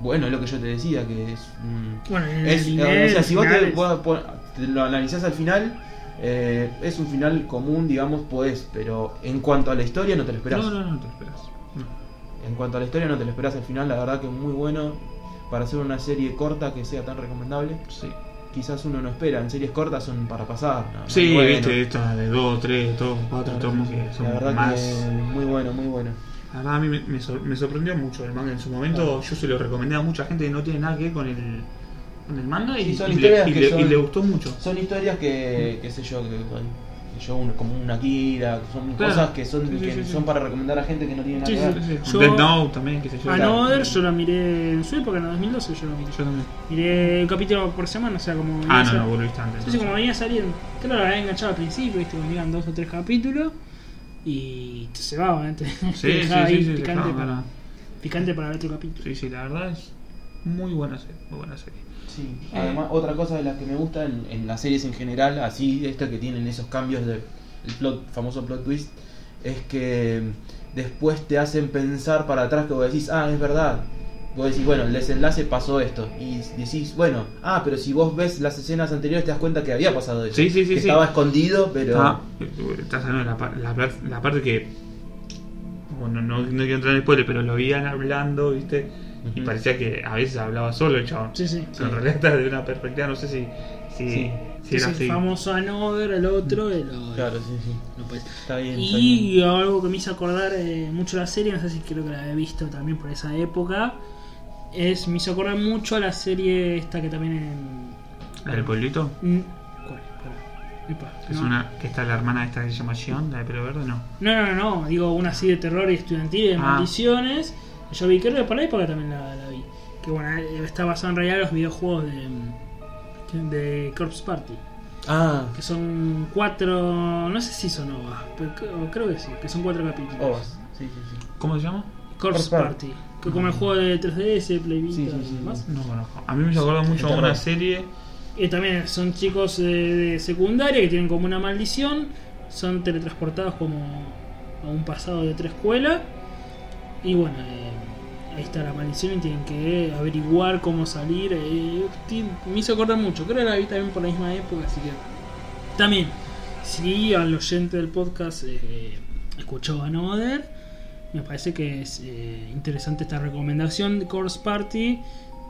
[SPEAKER 2] Bueno, es lo que yo te decía que es mm,
[SPEAKER 3] Bueno, en
[SPEAKER 2] es-
[SPEAKER 3] el nivel,
[SPEAKER 2] o sea, si vos te,
[SPEAKER 3] finales,
[SPEAKER 2] vos- vos- te lo analizás al final eh, es un final común, digamos, pues, pero en cuanto a la historia no te lo esperás.
[SPEAKER 1] No, no, no te lo esperas. No.
[SPEAKER 2] En cuanto a la historia, no te lo esperas al final, la verdad que muy bueno para hacer una serie corta que sea tan recomendable.
[SPEAKER 1] Sí,
[SPEAKER 2] Quizás uno no espera, en series cortas son para pasar. ¿no? Muy
[SPEAKER 1] sí
[SPEAKER 2] bueno.
[SPEAKER 1] viste, estas de 2, 3, 2, 4 tomos que
[SPEAKER 2] La
[SPEAKER 1] son
[SPEAKER 2] verdad
[SPEAKER 1] más.
[SPEAKER 2] que muy bueno, muy bueno.
[SPEAKER 1] La verdad, a mí me, me sor- me sorprendió mucho el manga en su momento. Yo se lo recomendé a mucha gente que no tiene nada que ver con el, con el manga y,
[SPEAKER 2] Sí, son
[SPEAKER 1] y le,
[SPEAKER 2] historias
[SPEAKER 1] y
[SPEAKER 2] que
[SPEAKER 1] le-
[SPEAKER 2] son-
[SPEAKER 1] y le gustó mucho.
[SPEAKER 2] Son historias que, qué sé yo, que, que yo un- como una Kira, son
[SPEAKER 1] Claro.
[SPEAKER 2] cosas que son
[SPEAKER 1] Sí, sí,
[SPEAKER 2] que
[SPEAKER 1] sí, sí.
[SPEAKER 2] son para recomendar a gente que no tiene nada
[SPEAKER 3] Sí,
[SPEAKER 2] que
[SPEAKER 3] sí,
[SPEAKER 2] ver.
[SPEAKER 1] Sí, sí, con
[SPEAKER 3] Yo-
[SPEAKER 1] Death Note también, qué sé
[SPEAKER 2] Ah,
[SPEAKER 1] yo.
[SPEAKER 3] Another yo la miré en su época, en el 2012 yo la miré.
[SPEAKER 1] Yo también.
[SPEAKER 3] Miré un capítulo por semana, o sea, como... venía
[SPEAKER 1] Ah, no,
[SPEAKER 3] sal-
[SPEAKER 1] no, volviste antes.
[SPEAKER 3] Sí, sí, como venía saliendo. Claro, la había enganchado al principio, viste, cuando iban dos o tres capítulos y te se va, ¿viste? [LAUGHS]
[SPEAKER 1] Sí,
[SPEAKER 3] Te
[SPEAKER 1] sí,
[SPEAKER 3] dejaba ahí
[SPEAKER 1] sí, sí,
[SPEAKER 3] picante,
[SPEAKER 1] dejaba
[SPEAKER 3] para,
[SPEAKER 1] ganas.
[SPEAKER 3] picante para ver otro capítulo.
[SPEAKER 1] Sí, sí, la verdad es muy buena serie, muy buena serie.
[SPEAKER 2] Sí.
[SPEAKER 1] Eh.
[SPEAKER 2] Además, otra cosa de las que me gusta en, en las series en general, así, esta que tienen esos cambios de el plot, famoso plot twist, es que mm, después te hacen pensar para atrás que vos decís, ah, es verdad. Vos decís, bueno, el desenlace pasó esto. Y decís, bueno, ah, pero si vos ves las escenas anteriores te das cuenta que había pasado eso.
[SPEAKER 1] Sí, sí, sí,
[SPEAKER 2] Que
[SPEAKER 1] sí.
[SPEAKER 2] estaba escondido, pero...
[SPEAKER 1] Ah, estás hablando de la, par- la par- la parte que. Bueno, no, no quiero entrar en spoiler, pero lo veían hablando, ¿viste? Y
[SPEAKER 2] Ujú.
[SPEAKER 1] parecía que a veces hablaba solo el chabón.
[SPEAKER 3] Sí, sí.
[SPEAKER 1] En realidad está de una perspectiva, no sé si, si,
[SPEAKER 2] Sí.
[SPEAKER 1] si
[SPEAKER 3] Sí,
[SPEAKER 1] era
[SPEAKER 3] sí,
[SPEAKER 1] así.
[SPEAKER 3] famoso Another, el otro, el otro.
[SPEAKER 2] Claro, sí, sí.
[SPEAKER 3] No puede ser.
[SPEAKER 2] Está bien. está
[SPEAKER 3] Y algo que me hizo acordar eh, mucho la serie, no sé si creo que la he visto también por esa época, es me hizo acordar mucho a la serie esta que también en...
[SPEAKER 1] ¿La del pueblito?
[SPEAKER 3] Mm, ¿Cuál? Pará. Epa,
[SPEAKER 1] Es
[SPEAKER 3] no.
[SPEAKER 1] una que está la hermana esta que se llama Gion, la de pelo verde, no.
[SPEAKER 3] no, no, no, no, digo una así de terror y estudiantil y de
[SPEAKER 1] Ah.
[SPEAKER 3] maldiciones. Yo vi, creo que por la época también la, la vi. Que bueno, eh, está basado en realidad en los videojuegos de, mm, de Corpse Party.
[SPEAKER 2] bien. Ah,
[SPEAKER 3] Que son cuatro, no sé si son ovas, pero creo- creo que sí, que son cuatro capítulos.
[SPEAKER 2] Ovas. oh, Sí, sí, sí.
[SPEAKER 1] ¿Cómo se llama?
[SPEAKER 3] Corpse
[SPEAKER 2] Corpse Party.
[SPEAKER 3] Party. Que como el juego de 3DS, Play Vita
[SPEAKER 2] Sí, sí, sí.
[SPEAKER 3] y demás.
[SPEAKER 1] No conozco. A mí me acuerdo mucho
[SPEAKER 2] Está
[SPEAKER 1] una
[SPEAKER 2] mal.
[SPEAKER 1] serie.
[SPEAKER 3] Y también son chicos eh, de secundaria que tienen como una maldición. Son teletransportados como a un pasado de otra escuela. Y bueno, eh, ahí está la maldición y tienen que averiguar cómo salir. eh, ti- me hizo acordar mucho. Creo que la vi también por la misma época, así que... También, si al oyente del podcast eh, escuchó a Noder, me parece que es eh, interesante esta recomendación de Course Party.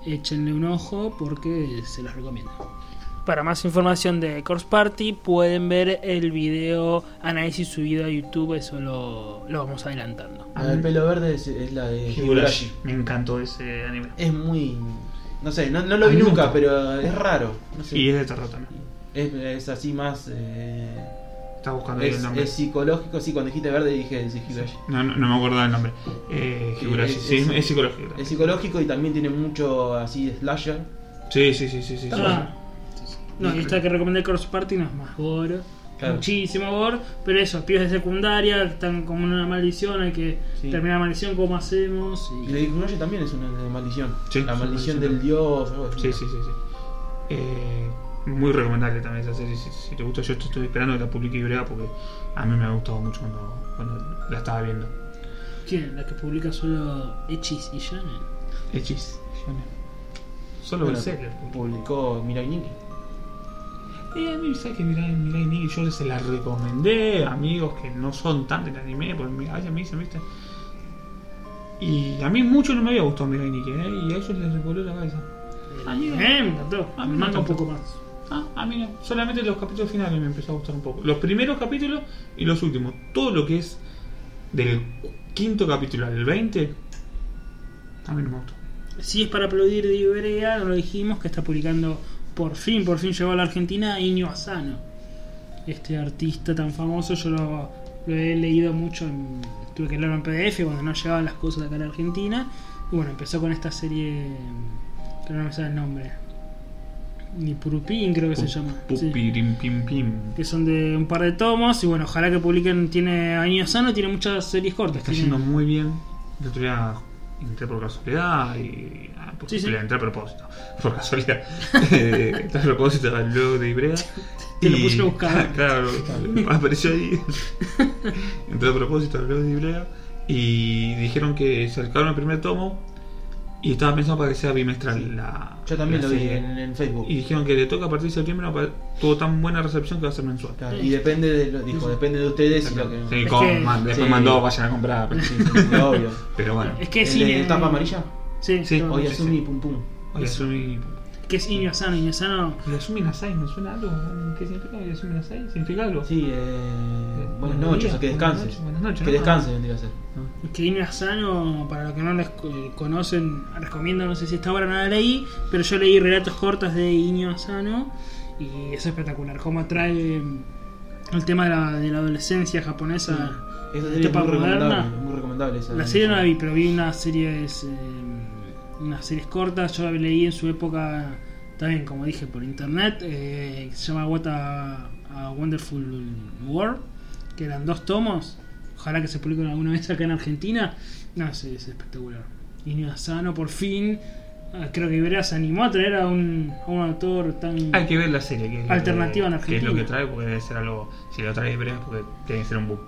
[SPEAKER 3] Échenle un ojo porque se las recomiendo. Para más información de Course Party pueden ver el video análisis subido a YouTube, eso lo, lo vamos adelantando.
[SPEAKER 2] La del pelo verde es, es la de Higurashi.
[SPEAKER 1] Me encantó ese anime.
[SPEAKER 2] Es muy... No sé, no, no lo
[SPEAKER 1] A
[SPEAKER 2] vi
[SPEAKER 1] mí me
[SPEAKER 2] nunca,
[SPEAKER 1] gusta.
[SPEAKER 2] pero es raro. No sé.
[SPEAKER 1] Y es de terror también.
[SPEAKER 2] es, es así más... eh,
[SPEAKER 1] Estaba buscando ahí el
[SPEAKER 2] Es,
[SPEAKER 1] nombre.
[SPEAKER 2] es psicológico, sí, cuando dijiste verde dije es Higurashi.
[SPEAKER 1] No, no, no me acordaba el nombre. Eh, Higurashi.
[SPEAKER 2] Es-
[SPEAKER 1] Sí, [LAUGHS] es,
[SPEAKER 2] es-
[SPEAKER 1] es psicológico.
[SPEAKER 2] Es psicológico y también tiene mucho así de slasher.
[SPEAKER 1] Sí, sí, sí, sí, sí. sí.
[SPEAKER 3] Ah, no, y esta que recomendé Cross Party no es más gore.
[SPEAKER 2] Claro.
[SPEAKER 3] Muchísimo gore, pero eso, pibes de secundaria están como en una maldición, hay que
[SPEAKER 2] Sí.
[SPEAKER 3] terminar la maldición, ¿cómo hacemos? Y-
[SPEAKER 2] Y la de Higurashi también es una de maldición.
[SPEAKER 1] Sí,
[SPEAKER 2] la
[SPEAKER 1] es una
[SPEAKER 2] maldición
[SPEAKER 1] maldición
[SPEAKER 2] del
[SPEAKER 1] también.
[SPEAKER 2] dios. algo así.
[SPEAKER 1] Sí, sí, sí, sí. Eh, muy recomendable también esa serie. Si, si te gusta, yo estoy esperando que la publique Ibrea porque a mí me ha gustado mucho cuando, cuando la estaba viendo.
[SPEAKER 3] ¿Quién? ¿La que publica solo Echis y Shonen?
[SPEAKER 1] Hechis. Solo
[SPEAKER 2] Bueno,
[SPEAKER 1] bestseller.
[SPEAKER 2] publicó Mirai Nikki.
[SPEAKER 1] Eh, a mí, ¿sabes qué? Mirai, Mirai Nikki, yo se la recomendé a amigos que no son tan del anime, porque me- a veces me dicen, ¿viste? Y a mí mucho no me había gustado Mirai Nikki, ¿eh? Y a ellos les revolvió la cabeza. ¿Eh?
[SPEAKER 3] El
[SPEAKER 1] A mí no.
[SPEAKER 3] anime Eh, me encantó.
[SPEAKER 1] A
[SPEAKER 3] A
[SPEAKER 1] mí
[SPEAKER 3] mí
[SPEAKER 1] me
[SPEAKER 3] manga un
[SPEAKER 1] encantó.
[SPEAKER 3] poco más.
[SPEAKER 1] Ah, a mí no. Solamente los capítulos finales me empezó a gustar un poco. Los primeros capítulos y los últimos. Todo lo que es del quinto capítulo al 20, a mí no me gustó.
[SPEAKER 3] Si es para aplaudir de Iberia, lo dijimos que está publicando por fin, por fin llegó a la Argentina Iño Asano. Este artista tan famoso, yo lo, lo he leído mucho, en- tuve que leerlo en PDF cuando no llegaban las cosas acá a la Argentina. Y bueno, empezó con esta serie, que no me sale el nombre. Ni Purupín creo que se llama. Sí.
[SPEAKER 1] Pupirim, pim, pim.
[SPEAKER 3] que son de un par de tomos y bueno, ojalá que publiquen, tiene Año Sano, tiene muchas series cortas.
[SPEAKER 1] Está
[SPEAKER 3] tiene-
[SPEAKER 1] yendo muy bien. El otro día entré por casualidad y. Ah, por
[SPEAKER 3] Sí, sí.
[SPEAKER 1] casualidad, entré a propósito. [LAUGHS] Por casualidad. Eh, entré a propósito al blog de Ibrea.
[SPEAKER 3] Te lo
[SPEAKER 1] y-
[SPEAKER 3] puse a
[SPEAKER 1] [LAUGHS]
[SPEAKER 3] buscar.
[SPEAKER 1] Claro, apareció ahí. [LAUGHS] entré a propósito al blog de Ibrea y dijeron que sacaron el primer tomo y estaba pensado para que sea bimestral. La,
[SPEAKER 2] Yo también
[SPEAKER 1] la
[SPEAKER 2] lo vi
[SPEAKER 1] serie.
[SPEAKER 2] en, en Facebook.
[SPEAKER 1] Y dijeron que le toca a partir de septiembre, apa- tuvo tan buena recepción que va a ser mensual.
[SPEAKER 2] Claro, y depende de lo, dijo, depende de ustedes y lo que.
[SPEAKER 1] Sí,
[SPEAKER 3] Es
[SPEAKER 1] con-
[SPEAKER 3] que-
[SPEAKER 1] man- después
[SPEAKER 2] Sí.
[SPEAKER 1] mandó, vayan a
[SPEAKER 3] [LAUGHS]
[SPEAKER 1] comprar.
[SPEAKER 2] Sí, sí, sí, obvio.
[SPEAKER 1] Pero bueno.
[SPEAKER 3] Es que es
[SPEAKER 2] ¿El de
[SPEAKER 3] cine-
[SPEAKER 2] tapa amarilla?
[SPEAKER 3] Sí,
[SPEAKER 1] Sí,
[SPEAKER 3] no,
[SPEAKER 1] hoy
[SPEAKER 2] Hoy
[SPEAKER 1] sí,
[SPEAKER 2] Asumi
[SPEAKER 1] sí.
[SPEAKER 2] Pum Pum.
[SPEAKER 1] Oyasumi.
[SPEAKER 3] que es Iño Asano, Iño Asano.
[SPEAKER 1] Oyasumi Nasai, ¿me suena algo? ¿Qué significa Oyasumi Nasai? ¿Significa algo?
[SPEAKER 2] Sí, eh, buenas noches, o que descanse.
[SPEAKER 1] Buenas noches, buenas noches,
[SPEAKER 2] que
[SPEAKER 1] ¿no?
[SPEAKER 2] descanse, vendría a ser.
[SPEAKER 1] Ah.
[SPEAKER 3] Que Iño Asano, para los que no les eh, conocen, recomiendo, no sé si esta obra no la leí, pero yo leí relatos cortos de Iño Asano y es espectacular. Cómo trae el tema de la, de la adolescencia japonesa.
[SPEAKER 2] Esa
[SPEAKER 3] de
[SPEAKER 2] serie es
[SPEAKER 3] etapa
[SPEAKER 2] muy recomendable,
[SPEAKER 3] este moderna.
[SPEAKER 2] muy recomendable esa.
[SPEAKER 3] La serie no la vi, pero vi unas series, eh, unas series cortas. Yo la leí en su época, también como dije, por internet. eh, que se llama What a, a Wonderful World, que eran dos tomos. Ojalá que se publiquen alguna vez acá en Argentina. No, sí, es espectacular. Y Asano, por fin. ah, Creo que Ibrea se animó a traer a un, a un autor tan.
[SPEAKER 1] Hay que ver la serie. Que es lo
[SPEAKER 3] Alternativa
[SPEAKER 1] que-
[SPEAKER 3] en Argentina.
[SPEAKER 1] Que es lo que trae, porque debe ser algo. Si lo trae Ibrea, es porque tiene que ser un boom.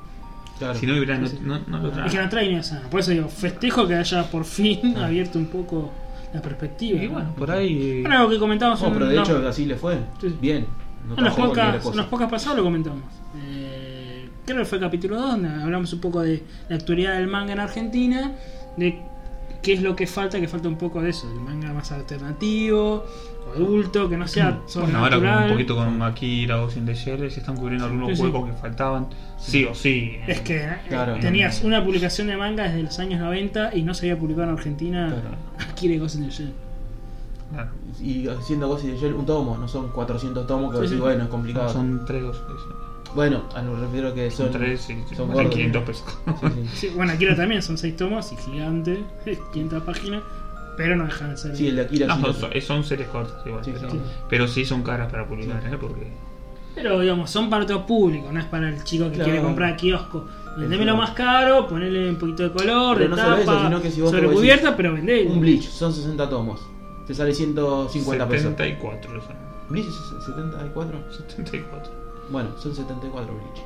[SPEAKER 2] Claro.
[SPEAKER 1] Si no, hubiera- no,
[SPEAKER 2] Sí, sí.
[SPEAKER 1] no, no lo
[SPEAKER 3] Es que
[SPEAKER 1] trae.
[SPEAKER 3] no traen esa. Por eso digo, festejo que haya por fin
[SPEAKER 1] Ah.
[SPEAKER 3] abierto un poco la perspectiva.
[SPEAKER 1] Y
[SPEAKER 3] ¿no?
[SPEAKER 1] bueno, por ahí. eh,
[SPEAKER 3] Era algo que comentábamos
[SPEAKER 2] No,
[SPEAKER 3] en-
[SPEAKER 2] pero de
[SPEAKER 3] no,
[SPEAKER 2] hecho así le fue.
[SPEAKER 3] Sí. Ah,
[SPEAKER 2] Bien. No
[SPEAKER 3] en los
[SPEAKER 2] tampoco cualquier
[SPEAKER 3] podcasts- en
[SPEAKER 2] cosa.
[SPEAKER 3] los podcasts pasados lo comentamos. Eh, creo que fue el capítulo 2, donde hablamos un poco de la actualidad del manga en Argentina, de qué es lo que falta, que falta un poco de eso, del manga más alternativo, adulto, que no sea
[SPEAKER 1] Bueno, ahora con un
[SPEAKER 3] sobrenatural.
[SPEAKER 1] poquito con Akira o sin The Shell, se están cubriendo algunos
[SPEAKER 3] Sí, sí.
[SPEAKER 1] huecos que faltaban. Sí o sí. eh.
[SPEAKER 3] Es que eh,
[SPEAKER 2] Claro.
[SPEAKER 3] tenías una publicación de manga desde los años 90 y no se había publicado en Argentina. Quiere cosas en el Shell.
[SPEAKER 1] Claro.
[SPEAKER 2] Y haciendo cosas de Shell, un tomo, no son 400 tomos que
[SPEAKER 3] Sí,
[SPEAKER 2] vos
[SPEAKER 3] sí.
[SPEAKER 2] decís, bueno, es complicado.
[SPEAKER 1] Son tres, dos, tres.
[SPEAKER 2] Bueno, a lo refiero que son.
[SPEAKER 1] son tres y
[SPEAKER 2] son
[SPEAKER 1] valen
[SPEAKER 2] gordos.
[SPEAKER 1] 500 pesos. [LAUGHS]
[SPEAKER 2] Sí, sí.
[SPEAKER 3] Sí, bueno, Akira también son 6 tomos y gigante, [LAUGHS] 500 páginas, pero no dejan de ser.
[SPEAKER 2] Sí, el de Akira.
[SPEAKER 1] No,
[SPEAKER 2] sí,
[SPEAKER 1] son-
[SPEAKER 2] lo-
[SPEAKER 1] son, son series cortas igual,
[SPEAKER 2] Sí,
[SPEAKER 1] pero,
[SPEAKER 2] sí.
[SPEAKER 1] pero sí son caras para publicar, ¿eh? Porque
[SPEAKER 3] Pero digamos, son para todo público, no es para el chico que
[SPEAKER 2] Claro.
[SPEAKER 3] quiere comprar a kiosco. Vendémelo
[SPEAKER 2] Eso.
[SPEAKER 3] más caro, ponele un poquito de color,
[SPEAKER 2] Pero
[SPEAKER 3] de
[SPEAKER 2] no solo
[SPEAKER 3] tapa,
[SPEAKER 2] eso, sino que si vos
[SPEAKER 3] sobre
[SPEAKER 2] te decís,
[SPEAKER 3] cubierta, pero vendé.
[SPEAKER 2] Un Bleach, son 60 tomos. Te sale 150 pesos.
[SPEAKER 1] 74 son.
[SPEAKER 2] ¿Bleach es 74?
[SPEAKER 1] 74.
[SPEAKER 2] Bueno, son 74 Bleach.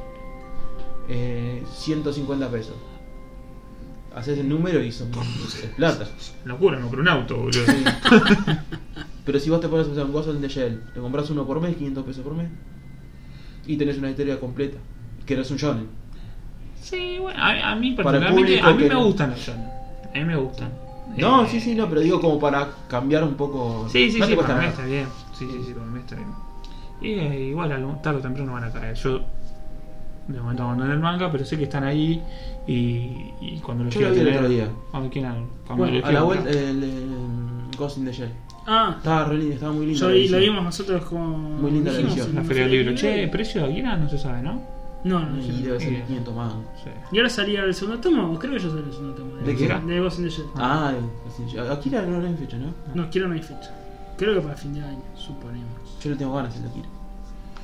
[SPEAKER 2] Eh, 150 pesos. Haces el número y son es plata.
[SPEAKER 1] Locura, no, pero un auto, boludo.
[SPEAKER 2] [LAUGHS] Pero si vos te pones a usar un Ghost in the Shell, te compras uno por mes, 500 pesos por mes. Y tenés una historia completa. Que no es un shonen.
[SPEAKER 1] Sí, bueno, a, a mí
[SPEAKER 2] Para el
[SPEAKER 1] particularmente,
[SPEAKER 2] público
[SPEAKER 1] a mí
[SPEAKER 2] que
[SPEAKER 1] me
[SPEAKER 2] no-
[SPEAKER 1] gustan los shonen. A mí me gustan.
[SPEAKER 2] No,
[SPEAKER 1] Eh,
[SPEAKER 2] sí, sí, no, pero digo como para cambiar un poco.
[SPEAKER 1] Sí, sí,
[SPEAKER 2] no te
[SPEAKER 1] sí,
[SPEAKER 2] cuesta
[SPEAKER 1] para mí
[SPEAKER 2] nada.
[SPEAKER 1] está bien. Sí, sí, sí, para mí está bien. Y eh, igual algún- tarde o temprano van a caer. Yo de momento abandoné el manga, pero sé que están ahí y, y cuando lo
[SPEAKER 2] Yo
[SPEAKER 1] llegue
[SPEAKER 2] lo
[SPEAKER 1] a
[SPEAKER 2] vi el
[SPEAKER 1] tener-
[SPEAKER 2] otro día.
[SPEAKER 1] Cuando quieran, cuando
[SPEAKER 3] Bueno,
[SPEAKER 1] lo
[SPEAKER 2] A
[SPEAKER 1] llegue
[SPEAKER 2] la
[SPEAKER 1] a
[SPEAKER 2] vuelta, eh,
[SPEAKER 1] comprar.
[SPEAKER 2] el, em, Ghost in the Shell.
[SPEAKER 3] Ah,
[SPEAKER 2] Estaba re lindo, estaba muy lindo.
[SPEAKER 3] yo
[SPEAKER 2] la
[SPEAKER 3] vi-
[SPEAKER 2] edición.
[SPEAKER 3] lo vimos nosotros con.
[SPEAKER 2] Muy linda la
[SPEAKER 3] dijimos
[SPEAKER 2] edición.
[SPEAKER 3] en
[SPEAKER 1] La feria del libro. Che, precio de Akira no se sabe, ¿no?
[SPEAKER 3] No, no, no.
[SPEAKER 2] Y debe
[SPEAKER 1] Sí.
[SPEAKER 2] ser 500 mangos.
[SPEAKER 1] Sí.
[SPEAKER 3] ¿Y ahora salía el segundo tomo? ¿O creo que yo salí el segundo tomo?
[SPEAKER 2] ¿De qué?
[SPEAKER 3] De Ghost in the Shell.
[SPEAKER 2] Ah, Ghost in the Shell. Akira no lo he fecha, ¿no?
[SPEAKER 3] No, quiero no hay fecha. Creo que para fin de año, suponemos.
[SPEAKER 2] Yo le tengo ganas de Akira.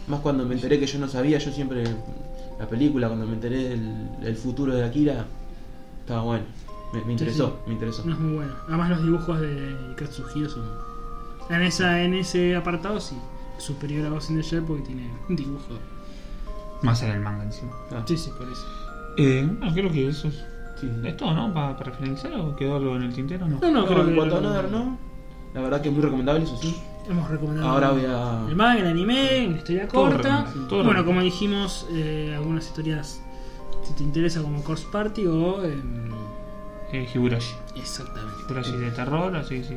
[SPEAKER 2] Más cuando me enteré que yo no sabía, yo siempre. La película, cuando me enteré del, del futuro de Akira, estaba bueno. Me, me interesó,
[SPEAKER 3] sí.
[SPEAKER 2] me interesó.
[SPEAKER 3] No es muy bueno. Además, los dibujos de Katsuhiro son. En, esa, en ese apartado, sí. Superior a Ghost in the Shell porque tiene un dibujo.
[SPEAKER 1] Más en el manga encima.
[SPEAKER 2] Ah,
[SPEAKER 3] Sí, sí, por eso.
[SPEAKER 1] Eh, bueno, creo que eso es,
[SPEAKER 2] sí.
[SPEAKER 1] es todo, ¿no? Pa- para finalizar, ¿o quedó algo en el tintero? No.
[SPEAKER 3] No, no,
[SPEAKER 2] No,
[SPEAKER 3] creo que.
[SPEAKER 2] en cuanto a
[SPEAKER 3] lo-
[SPEAKER 2] Another, no. La verdad que es muy recomendable, eso sí.
[SPEAKER 3] Hemos recomendado.
[SPEAKER 2] Ahora voy a-
[SPEAKER 3] El manga, el anime, la historia
[SPEAKER 1] Todo
[SPEAKER 3] corta.
[SPEAKER 1] recomendado, todo
[SPEAKER 3] bueno,
[SPEAKER 1] recomendado.
[SPEAKER 3] como dijimos, eh, algunas historias. Si te interesa, como Course Party o. em,
[SPEAKER 1] Eh, Higurashi.
[SPEAKER 3] exactamente.
[SPEAKER 1] Higurashi de terror, así, sí.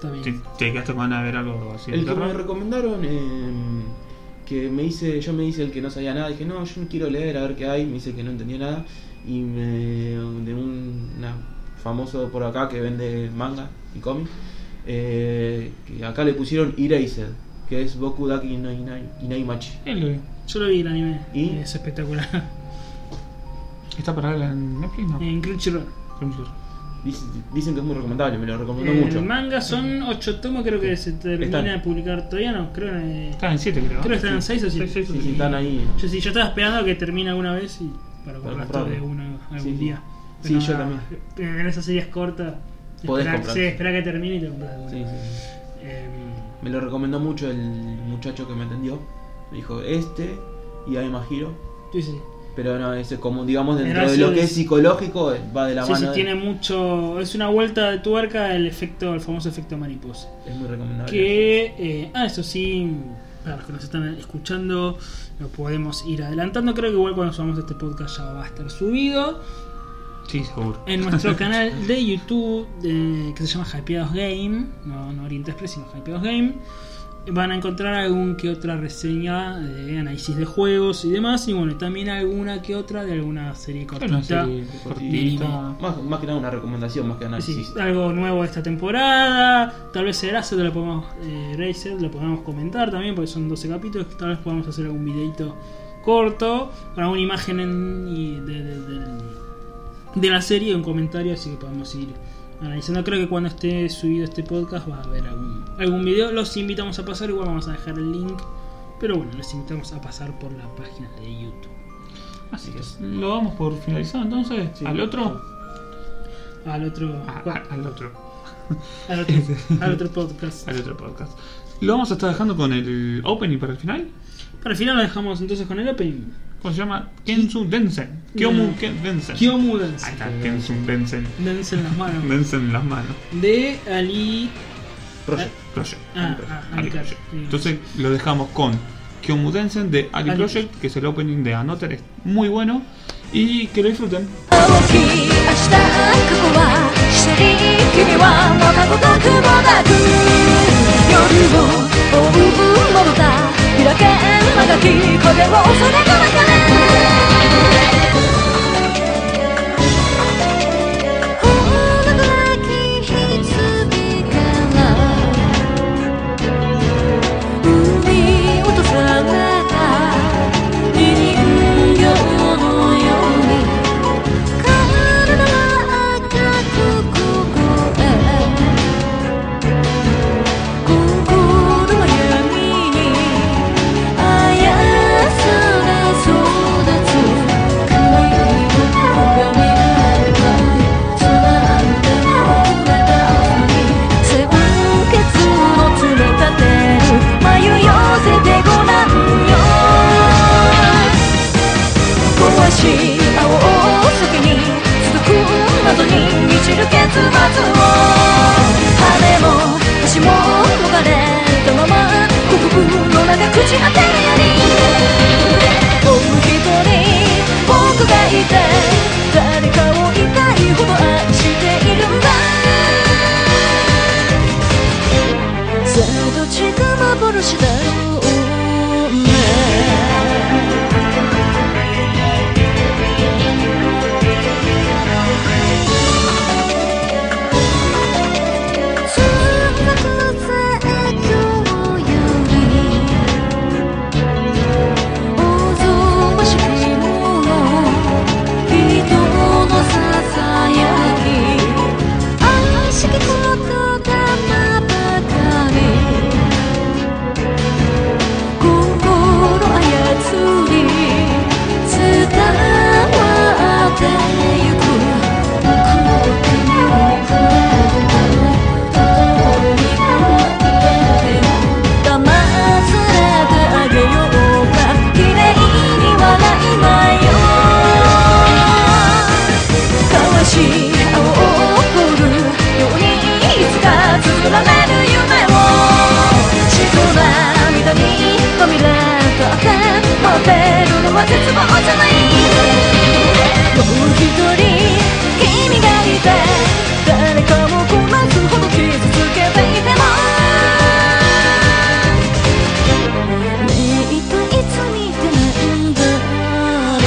[SPEAKER 3] También.
[SPEAKER 1] Te, te quedaste con ganas de ver algo así. de
[SPEAKER 2] El que me
[SPEAKER 1] terror.
[SPEAKER 2] recomendaron, em, que me hice, yo me hice el que no sabía nada, dije, no, yo no quiero leer, a ver qué hay, me dice que no entendía nada, y me, de un una famoso por acá que vende manga y cómic, eh, que acá le pusieron Erased, que es Boku Daki no Inai- Inaimachi.
[SPEAKER 1] Eh, lo vi.
[SPEAKER 3] Yo lo vi el anime.
[SPEAKER 2] ¿Y?
[SPEAKER 3] Es espectacular.
[SPEAKER 2] [LAUGHS]
[SPEAKER 1] ¿Está para verla en Netflix? No.
[SPEAKER 3] en Crunchyroll.
[SPEAKER 1] Crunchyroll.
[SPEAKER 2] Dicen, dicen que es muy recomendable, me lo recomendó
[SPEAKER 3] Eh, el
[SPEAKER 2] mucho.
[SPEAKER 3] manga son 8 tomos, creo que se termina
[SPEAKER 2] Están.
[SPEAKER 3] de publicar todavía, no, creo que...
[SPEAKER 1] Está en 7, creo.
[SPEAKER 3] Creo que están en
[SPEAKER 1] Sí.
[SPEAKER 3] seis o siete.
[SPEAKER 1] Seis,
[SPEAKER 2] Sí,
[SPEAKER 1] seis,
[SPEAKER 2] sí,
[SPEAKER 1] seis.
[SPEAKER 2] están ahí.
[SPEAKER 3] Yo sí, yo estaba esperando a que termine alguna vez y para comprar todo
[SPEAKER 2] comprarlo.
[SPEAKER 3] de uno algún
[SPEAKER 2] Sí, sí.
[SPEAKER 3] día. eh,
[SPEAKER 2] Sí, yo también.
[SPEAKER 3] En esas series cortas,
[SPEAKER 2] Podés
[SPEAKER 3] esperá-
[SPEAKER 2] comprar.
[SPEAKER 3] sí, esperá que termine y te compras. de
[SPEAKER 2] Sí,
[SPEAKER 3] una.
[SPEAKER 2] sí.
[SPEAKER 3] Em,
[SPEAKER 2] Me lo recomendó mucho el muchacho que me entendió. Me dijo, este y hay más giro.
[SPEAKER 3] sí, sí.
[SPEAKER 2] Pero no, ese como digamos dentro
[SPEAKER 3] Pero
[SPEAKER 2] de lo
[SPEAKER 3] eso
[SPEAKER 2] que
[SPEAKER 3] es-
[SPEAKER 2] es psicológico eh, va de la
[SPEAKER 3] Sí, sí,
[SPEAKER 2] mano. de-
[SPEAKER 3] tiene mucho. Es una vuelta de tuerca el efecto, el famoso efecto mariposa.
[SPEAKER 2] Es muy recomendable.
[SPEAKER 3] Que, eh, ah, eso sí, para los que nos están escuchando, lo podemos ir adelantando. Creo que igual cuando subamos este podcast ya va a estar subido.
[SPEAKER 1] Sí, seguro.
[SPEAKER 3] En
[SPEAKER 1] [LAUGHS]
[SPEAKER 3] nuestro canal de YouTube, eh, que se llama Hypeados Game, no, no Oriente Express, sino Hypeados Game, van a encontrar algún que otra reseña de análisis de juegos y demás. Y bueno, también alguna que otra de alguna serie
[SPEAKER 1] Pero no
[SPEAKER 3] cortita.
[SPEAKER 1] sé,
[SPEAKER 3] Mini.
[SPEAKER 1] cortita.
[SPEAKER 2] Más, más que nada una recomendación, más que
[SPEAKER 3] Sí,
[SPEAKER 2] análisis.
[SPEAKER 3] algo nuevo de esta temporada. Tal vez Erased lo podemos, eh, Erased lo podemos comentar también, porque son 12 capítulos. que Tal vez podamos hacer algún videito corto con alguna imagen en- y de, de- de- de la serie, un comentario, así que podemos ir analizando. Creo que cuando esté subido este podcast va a haber algún, algún video. Los invitamos a pasar, igual vamos a dejar el link. Pero bueno, los invitamos a pasar por la página de YouTube.
[SPEAKER 1] Así que lo damos por finalizado entonces.
[SPEAKER 2] Sí.
[SPEAKER 1] ¿Al otro?
[SPEAKER 3] Al otro,
[SPEAKER 1] Ah, ah, al otro.
[SPEAKER 3] al otro, al otro podcast.
[SPEAKER 1] Al otro podcast. Lo vamos a estar dejando con el opening para el final.
[SPEAKER 3] Para el final lo dejamos entonces con el opening.
[SPEAKER 1] Con ¿Cómo se llama? Kensu Densen. Kyomu Ken- Densen.
[SPEAKER 3] Kyomu
[SPEAKER 1] Ahí
[SPEAKER 3] Densen.
[SPEAKER 1] está, Kensu Densen.
[SPEAKER 3] Densen las manos.
[SPEAKER 1] Densen en las manos.
[SPEAKER 3] De Ali.
[SPEAKER 2] Roger.
[SPEAKER 1] Project.
[SPEAKER 3] Ah, ah,
[SPEAKER 1] Ali
[SPEAKER 3] Ali Cat.
[SPEAKER 1] Project.
[SPEAKER 3] Mm.
[SPEAKER 1] Entonces lo dejamos con Kyomu Densen de Ali
[SPEAKER 3] Ali.
[SPEAKER 1] Project, que es el opening de Anotter. Es muy bueno. Y que lo disfruten.
[SPEAKER 4] 青き明日ここは下に君はまたごとくもなく夜を追うものだ開けんまがきこれをそれからかねほらからきひつびから海をとされた人形のように体は赤く凍え心の闇にあやすら育つ髪をみればつまんでくれたのに鮮血を連れ立てる眉寄せてごらんよ壊し青を先に続く謎に満ちる結末を羽も足ももがれたまま国分の中朽ち果てに僕一人僕がいて誰かを痛いほど愛しているんださあどっちが幻だろうね「つらく最強より」「おぞしきもの人のささやき」「愛しきことだまばかり」心操り伝わってゆく僕の手に触れた心に触れても騙されてあげようか綺麗に笑いまよかわし青を送るようにいつか作られる夢を白涙にまみれたって待ってるのは絶望じゃないもう一人君がいて誰かを困すほど傷つけていても目いっぱいつ見てなんだろ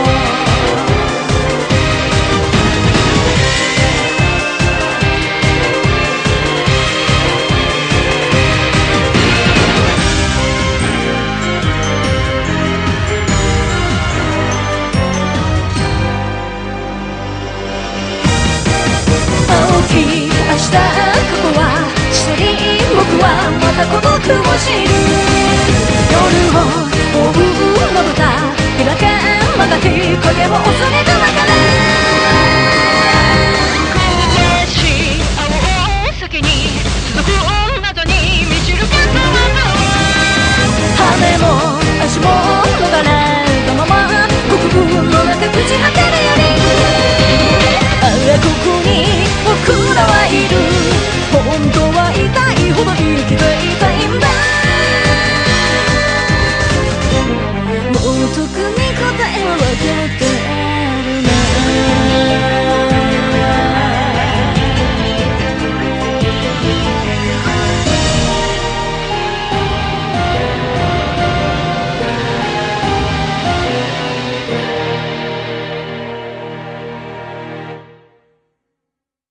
[SPEAKER 4] う青き明日ここは一人僕はまた孤独を知る夜を追うのだ開けんまがき影を恐れた中で悔しい青を先に続く謎に満ちる結羽も足も逃れたまま国分の中朽ち果てるよりあれここに僕らはいる本当は痛いほど生きていたいんだもう特に答えは分かってるな